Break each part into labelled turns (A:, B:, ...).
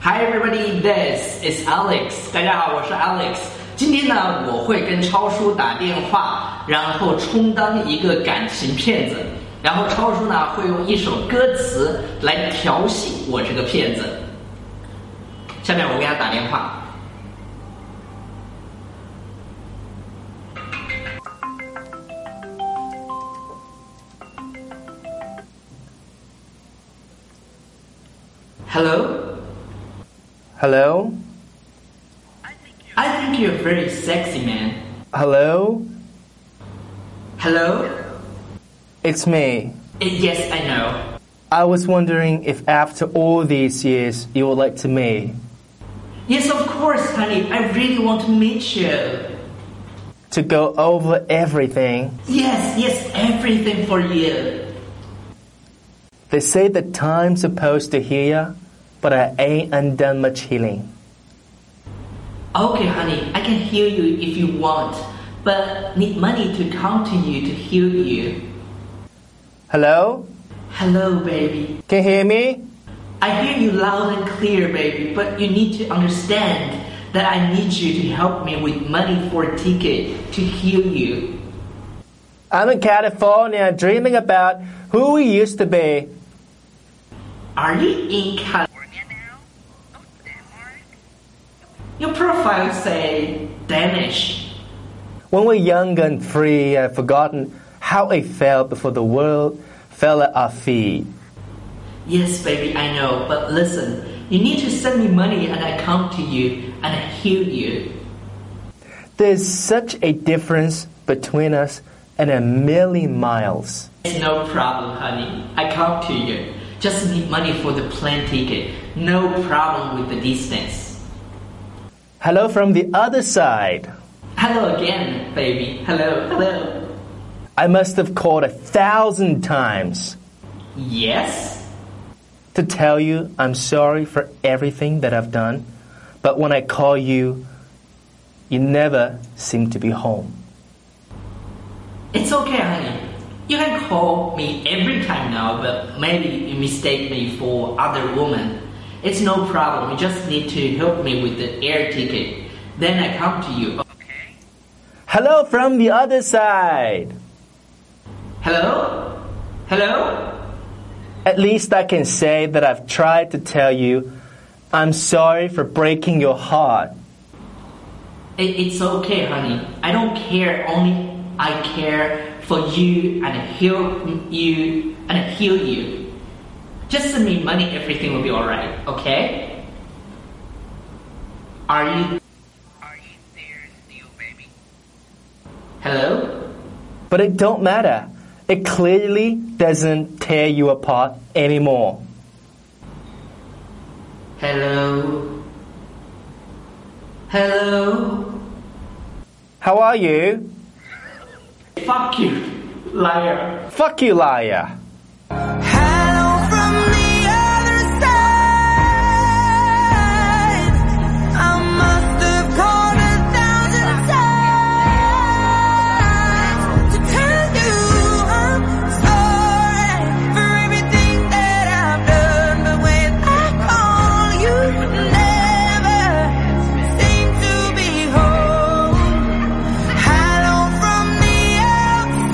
A: Hi everybody, this is Alex. 大家好，我是 Alex。今天呢，我会跟超叔打电话，然后充当一个感情骗子，然后超叔呢会用一首歌词来调戏我这个骗子。下面我给他打电话。Hello。
B: Hello?
A: I think you're very sexy, man.
B: Hello?
A: Hello?
B: It's me.
A: Uh, Yes, I know.
B: I was wondering if after all these years you would like to meet.
A: Yes, of course, honey. I really want to meet you.
B: To go over everything.
A: Yes, yes, everything for you.
B: They say that time's supposed to heal ya, but I ain't undone much healing.
A: Okay, honey, I can heal you if you want, but need money to continue to heal you.
B: Hello?
A: Hello, baby.
B: Can you hear me?
A: I hear you loud and clear, baby, but you need to understand that I need you to help me with money for a ticket to heal you.
B: I'm in California dreaming about who we used to be.
A: Are you in California now? Oh, Denmark. Your profile say Danish.
B: When we're young and free and forgotten how it felt before the world fell at our feet.
A: Yes, baby, I know. But listen, you need to send me money, and I come to you and I heal you.
B: There's such a difference between us and a million miles.
A: It's no problem, honey. I come to you. Just need money for the plane ticket. No problem with the distance.
B: Hello from the other side.
A: Hello again, baby. Hello, hello.
B: I must have called a thousand times
A: Yes.
B: to tell you I'm sorry for everything that I've done, but when I call you, you never seem to be home.
A: It's okay, honey. You can call me every time now, but maybe you mistake me for other woman. It's no problem. You just need to help me with the air ticket. Then I come to you.
B: Hello from the other side.
A: Hello? Hello?
B: At least I can say that I've tried to tell you I'm sorry for breaking your heart.
A: It, it's okay, honey. I don't care. Only I care for you and heal you and heal you. Just send me money. Everything will be all right. Okay? Are you?
C: Are you there still, baby?
A: Hello?
B: But it don't matter. It clearly doesn't tear you apart anymore.
A: Hello. Hello.
B: How are you?
A: Fuck you, liar.
B: Fuck you, liar.
D: Hello from the other side. I must have called a thousand times to tell you I'm sorry for everything that I've done. But when I call you, never seem to be home. Hello from the outside.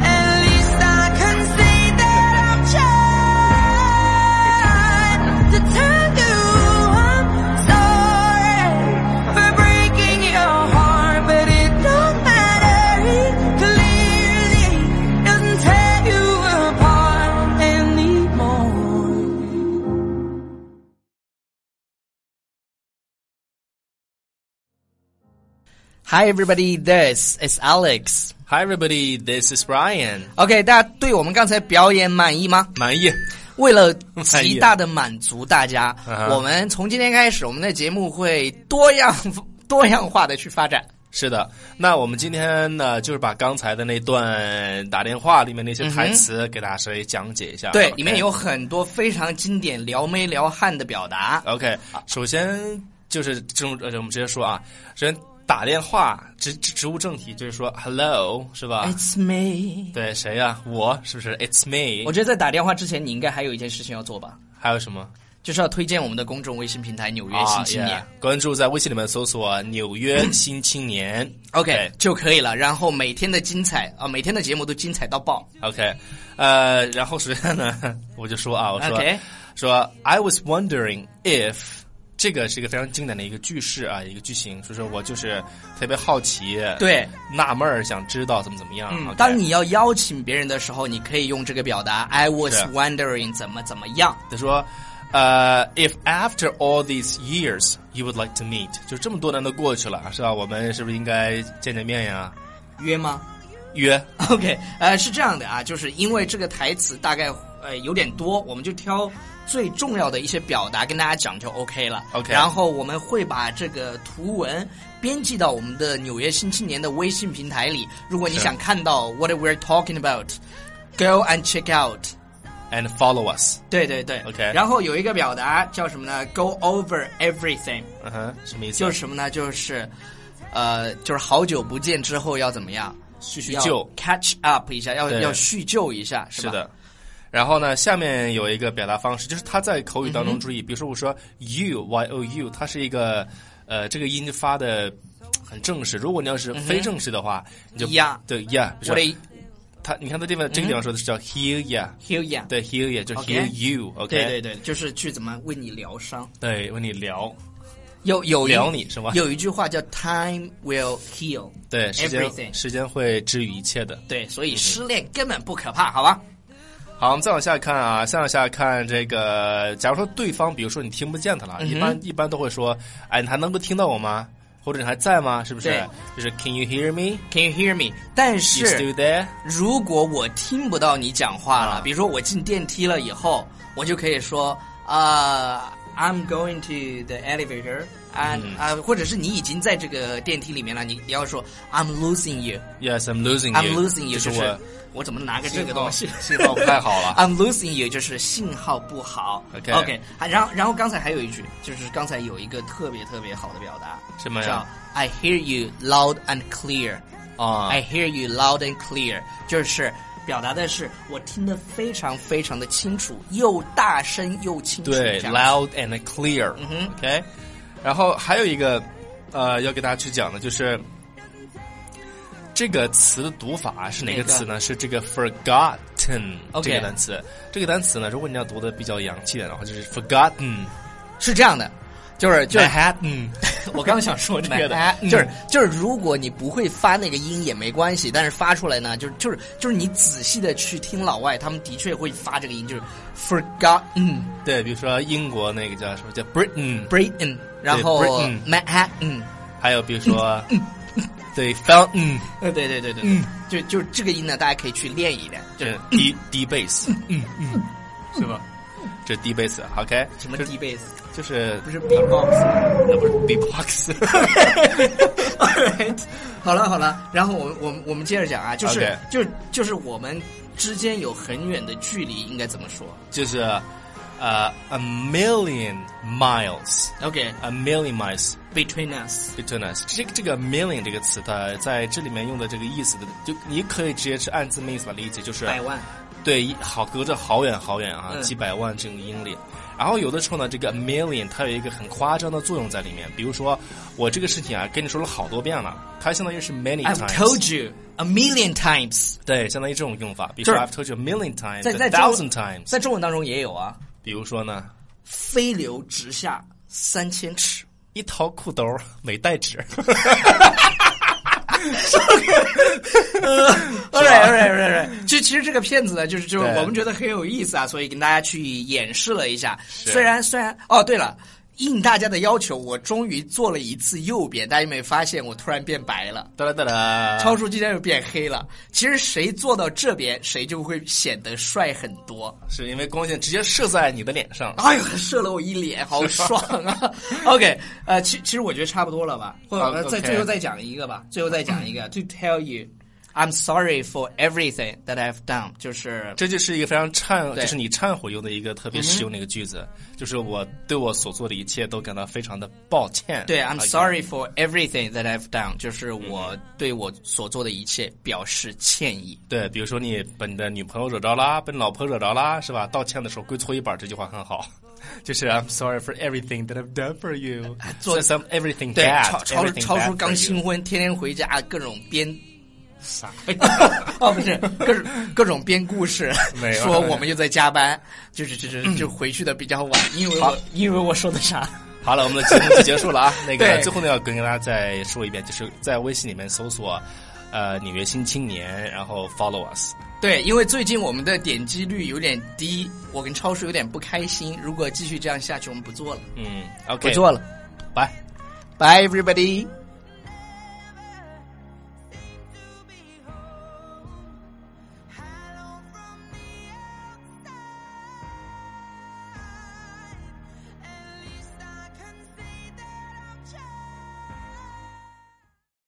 D: At least I can say that I'm trying to tell you I'm sorry for breaking your heart, but it don't matter. It clearly doesn't tear you apart anymore.
E: Hi, everybody. This is Alex.
F: Hi everybody, this is Brian。
E: OK，大家对我们刚才表演满意吗？
F: 满意，
E: 为了
F: 满
E: 极
F: 意
E: 大的满足大家
F: 哎啊，哈
E: 我们从今天开始，我们的节目会多 样多样化的去发展。
F: 是的。那我们今天呢，就是把刚才的那段打电话里面那些台词给大家稍微讲解一下。
E: 嗯对，
F: 啊 OK
E: 里面有很多非常经典撩妹撩汉的表达。
F: OK。首先就是这种，呃我们直接说啊，首先
B: 打电话直直直入正题，就是说 hello 是
F: 啊
B: 吧？
A: It's me。
B: 对，谁呀、我是不是？It's me。
A: 我觉得在打电话之前，你应该还有一件事情要做吧，
B: 还有什么？
A: 就是要推荐我们的公众微信平台《纽约
B: 啊
A: 新青年》
B: yeah，关注在微信里面搜索“纽约新青年
A: OK 就可以了。然后每天的精彩啊，每天的节目都精彩到爆。
B: ”，OK，呃，然后首先呢， 我就说啊，我说
A: OK
B: 说 I was wondering if 这个是一个非常经典的一个句式啊，一个句型，就是我就是特别好奇，，
F: 啊
A: 对，
B: 纳闷儿想知道怎么怎么样。
A: 嗯
B: OK
A: 当你要邀请别人的时候，你可以用这个表达 I was
B: 是
A: wondering 怎么怎么样。
B: 他说，呃，if after all these years you would like to meet，就这么多年都过去了，是吧？我们是不是应该见见面呀？
A: 约吗
B: 约
A: ？OK，呃，是这样的啊，就是因为这个台词大概呃有点多，我们就挑最重要的一些表达跟大家讲就 OK 了。
B: OK
A: 然后我们会把这个图文编辑到我们的《纽约新青年》的微信平台里。如果你
B: 是
A: 想看到 What we're talking about，go and check out。
B: and follow us，
A: 对对对
B: OK
A: 然后有一个表达叫什么呢？Go over everything。
B: 嗯哼，什么意思？
A: 就是什么呢？就是，呃，就是好久不见之后要怎么样？
B: 叙叙
A: 要
B: 旧，
A: ，catch up 一下，要
B: 对
A: 要叙旧一下，是吧？
B: 是的。然后呢，下面有一个表达方式，就是他在口语
A: 嗯
B: 当中注意，比如说我说 you y o u，它是一个呃这个音就发的很正式。如果你要是非正式的话，你就
A: 嗯 Yeah
B: 对 yeah，比
A: 我
B: 如说
A: 得
B: 他你看他这边这个地方说的是叫 hear yeah，
A: heal ya，
B: 对 hear yeah 就是
A: OK
B: hear you，OK，
A: 嗯对对对，就是去怎么为你疗伤。
B: 对，问你聊
A: 有有一
B: 聊你是吗？
A: 有一句话叫 time will heal，
B: 对，时间
A: everything
B: 时间会治愈一切的。
A: 对，所以失恋根本不可怕，好吧？
B: 好，我们再往下看啊，再往下看这个，假如说对方，比如说你听不见他
A: 嗯
B: 了，一般一般都会说，哎，你还能够听到我吗？或者你还在吗？是不是
A: 对？
B: 就是 Can you hear me?
A: Can you hear me？但
B: You
A: 是
B: still there?
A: 如果我听不到你讲话了，
B: 啊
A: 比如说我进电梯了以后，我就可以说啊、i m going to the elevator，啊
B: 嗯
A: 啊、或者是你已经在这个电梯里面了，你你要说 I'm losing you，I'm
B: Yes, I'm losing you.
A: losing you，
B: 就
A: 就
B: 是我
A: 是我怎么拿个这个东西？
B: 信号不太好了。
A: I'm losing you，就是信号不好。
B: OK
A: OK，啊然后然后刚才还有一句，就是刚才有一个特别特别好的表达，
B: 什么呀
A: 叫 I hear you loud and clear。
B: 啊
A: I hear you loud and clear，就是表达的是我听得非常非常的清楚，又大声又清楚。
B: 对
A: 这样
B: ，loud and clear。OK，然后还有一个呃，要给大家去讲的就是这个词的读法是哪
A: 哪
B: 个
A: 个
B: 词呢？是这个 forgotten
A: OK
B: 这个单词。这个单词呢，如果你要读的比较洋气点的话，就是 forgotten
A: 是这样的，就是就是
B: Manhattan。
A: 我刚想说这
B: 个的
A: 就是就是如果你不会发那个音也没关系，但是发出来呢，就是就是就是你仔细的去听老外，他们的确会发这个音，就是 forgotten
B: 对，比如说英国那个叫什么叫 Britain，
A: Britain，然后
B: Britain
A: Manhattan。
B: 还有比如说
A: 嗯
B: 对 fountain，
A: 呃，对对对对，就就是这个音呢，大家可以去练一练， 就
B: 这
A: 是
B: 是 D D bass，嗯嗯，是吧？这是 D bass。OK，
A: 什么
B: 就
A: D bass，
B: 就是
A: 不是 beatbox 吗。
B: 那不是 beatbox。
A: Alright，好 了好了，然后我们我们我们接着讲啊，就是
B: OK
A: 就是就是我们之间有很远的距离，应该怎么说
B: 就是呃、a million miles。
A: ？OK，between、
B: A million miles
A: us，
B: between us，这个这个 million 这个词，它在这里面用的这个意思的，就你可以直接是按字面意思来理解，就是
A: 百万
B: 对，一好隔着好远好远啊，
A: 嗯
B: 几百万这个英里。然后有的时候呢，这个 million 它有一个很夸张的作用在里面，比如说我这个事情啊，跟你说了好多遍了，它相当于是 many
A: ，I've
B: times，
A: told you a million times，
B: 对，相当于这种用法，比如说
A: 就是
B: I've told you a million times，
A: 在在
B: a
A: 中
B: thousand times，
A: 在中文当中也有啊，
B: 比如说呢，
A: 飞流直下三千尺。
B: 一掏裤兜儿没带纸。
A: All right, all right, all right, all right. 就其实这个片子呢，就是就是
B: 对
A: 我们觉得很有意思啊，所以跟大家去演示了一下。虽然虽然哦，对了，应大家的要求，我终于做了一次右边，大家有没有发现我突然变白了？
B: 哒啦哒啦，
A: 超叔今天又变黑了。其实谁坐到这边，谁就会显得帅很多。
B: 是因为光线直接射在你的脸上。
A: 哎呦，射了我一脸，好爽啊！OK，呃，其其实我觉得差不多了吧，或者呃
B: OK
A: 再最后再讲一个吧，最后再讲一个。To tell you,
G: I'm sorry for everything that I've done，就是
B: 这就是一个非常忏，
G: 对
B: 就是你忏悔用的一个特别实用的一个句子，就是我对我所做的一切都感到非常的抱歉。
G: 对
B: 啊
G: ，I'm sorry for everything that I've done，就是我对我所做的一切表示歉意。
B: 对，比如说你把你的女朋友惹着啦，把你老婆惹着啦，是吧？道歉的时候跪搓衣板，这句话很好， 就是 I'm sorry for everything that I've done for you，
G: 哎做
B: some everything
G: 对，
B: bad，
G: 超超
B: everything
G: 超
B: bad
G: 叔
B: for
G: 刚
B: you
G: 新婚，天天回家各种编
B: 傻，
G: 哦，不是各种各种编故事
B: 没，有
G: 说我们又在加班，就是就是就回去的比较晚，因为
B: 好
G: 我嗯因为我说的啥？
B: 好了，我们的节目就结束了啊。那个
G: 对
B: 最后呢，要跟大家再说一遍，就是在微信里面搜索呃纽约新青年，然后 follow us。
G: 对，因为最近我们的点击率有点低，我跟超叔有点不开心。如果继续这样下去，我们不做了，
B: 嗯，OK，
G: 做了。
B: 拜。
G: Bye everybody。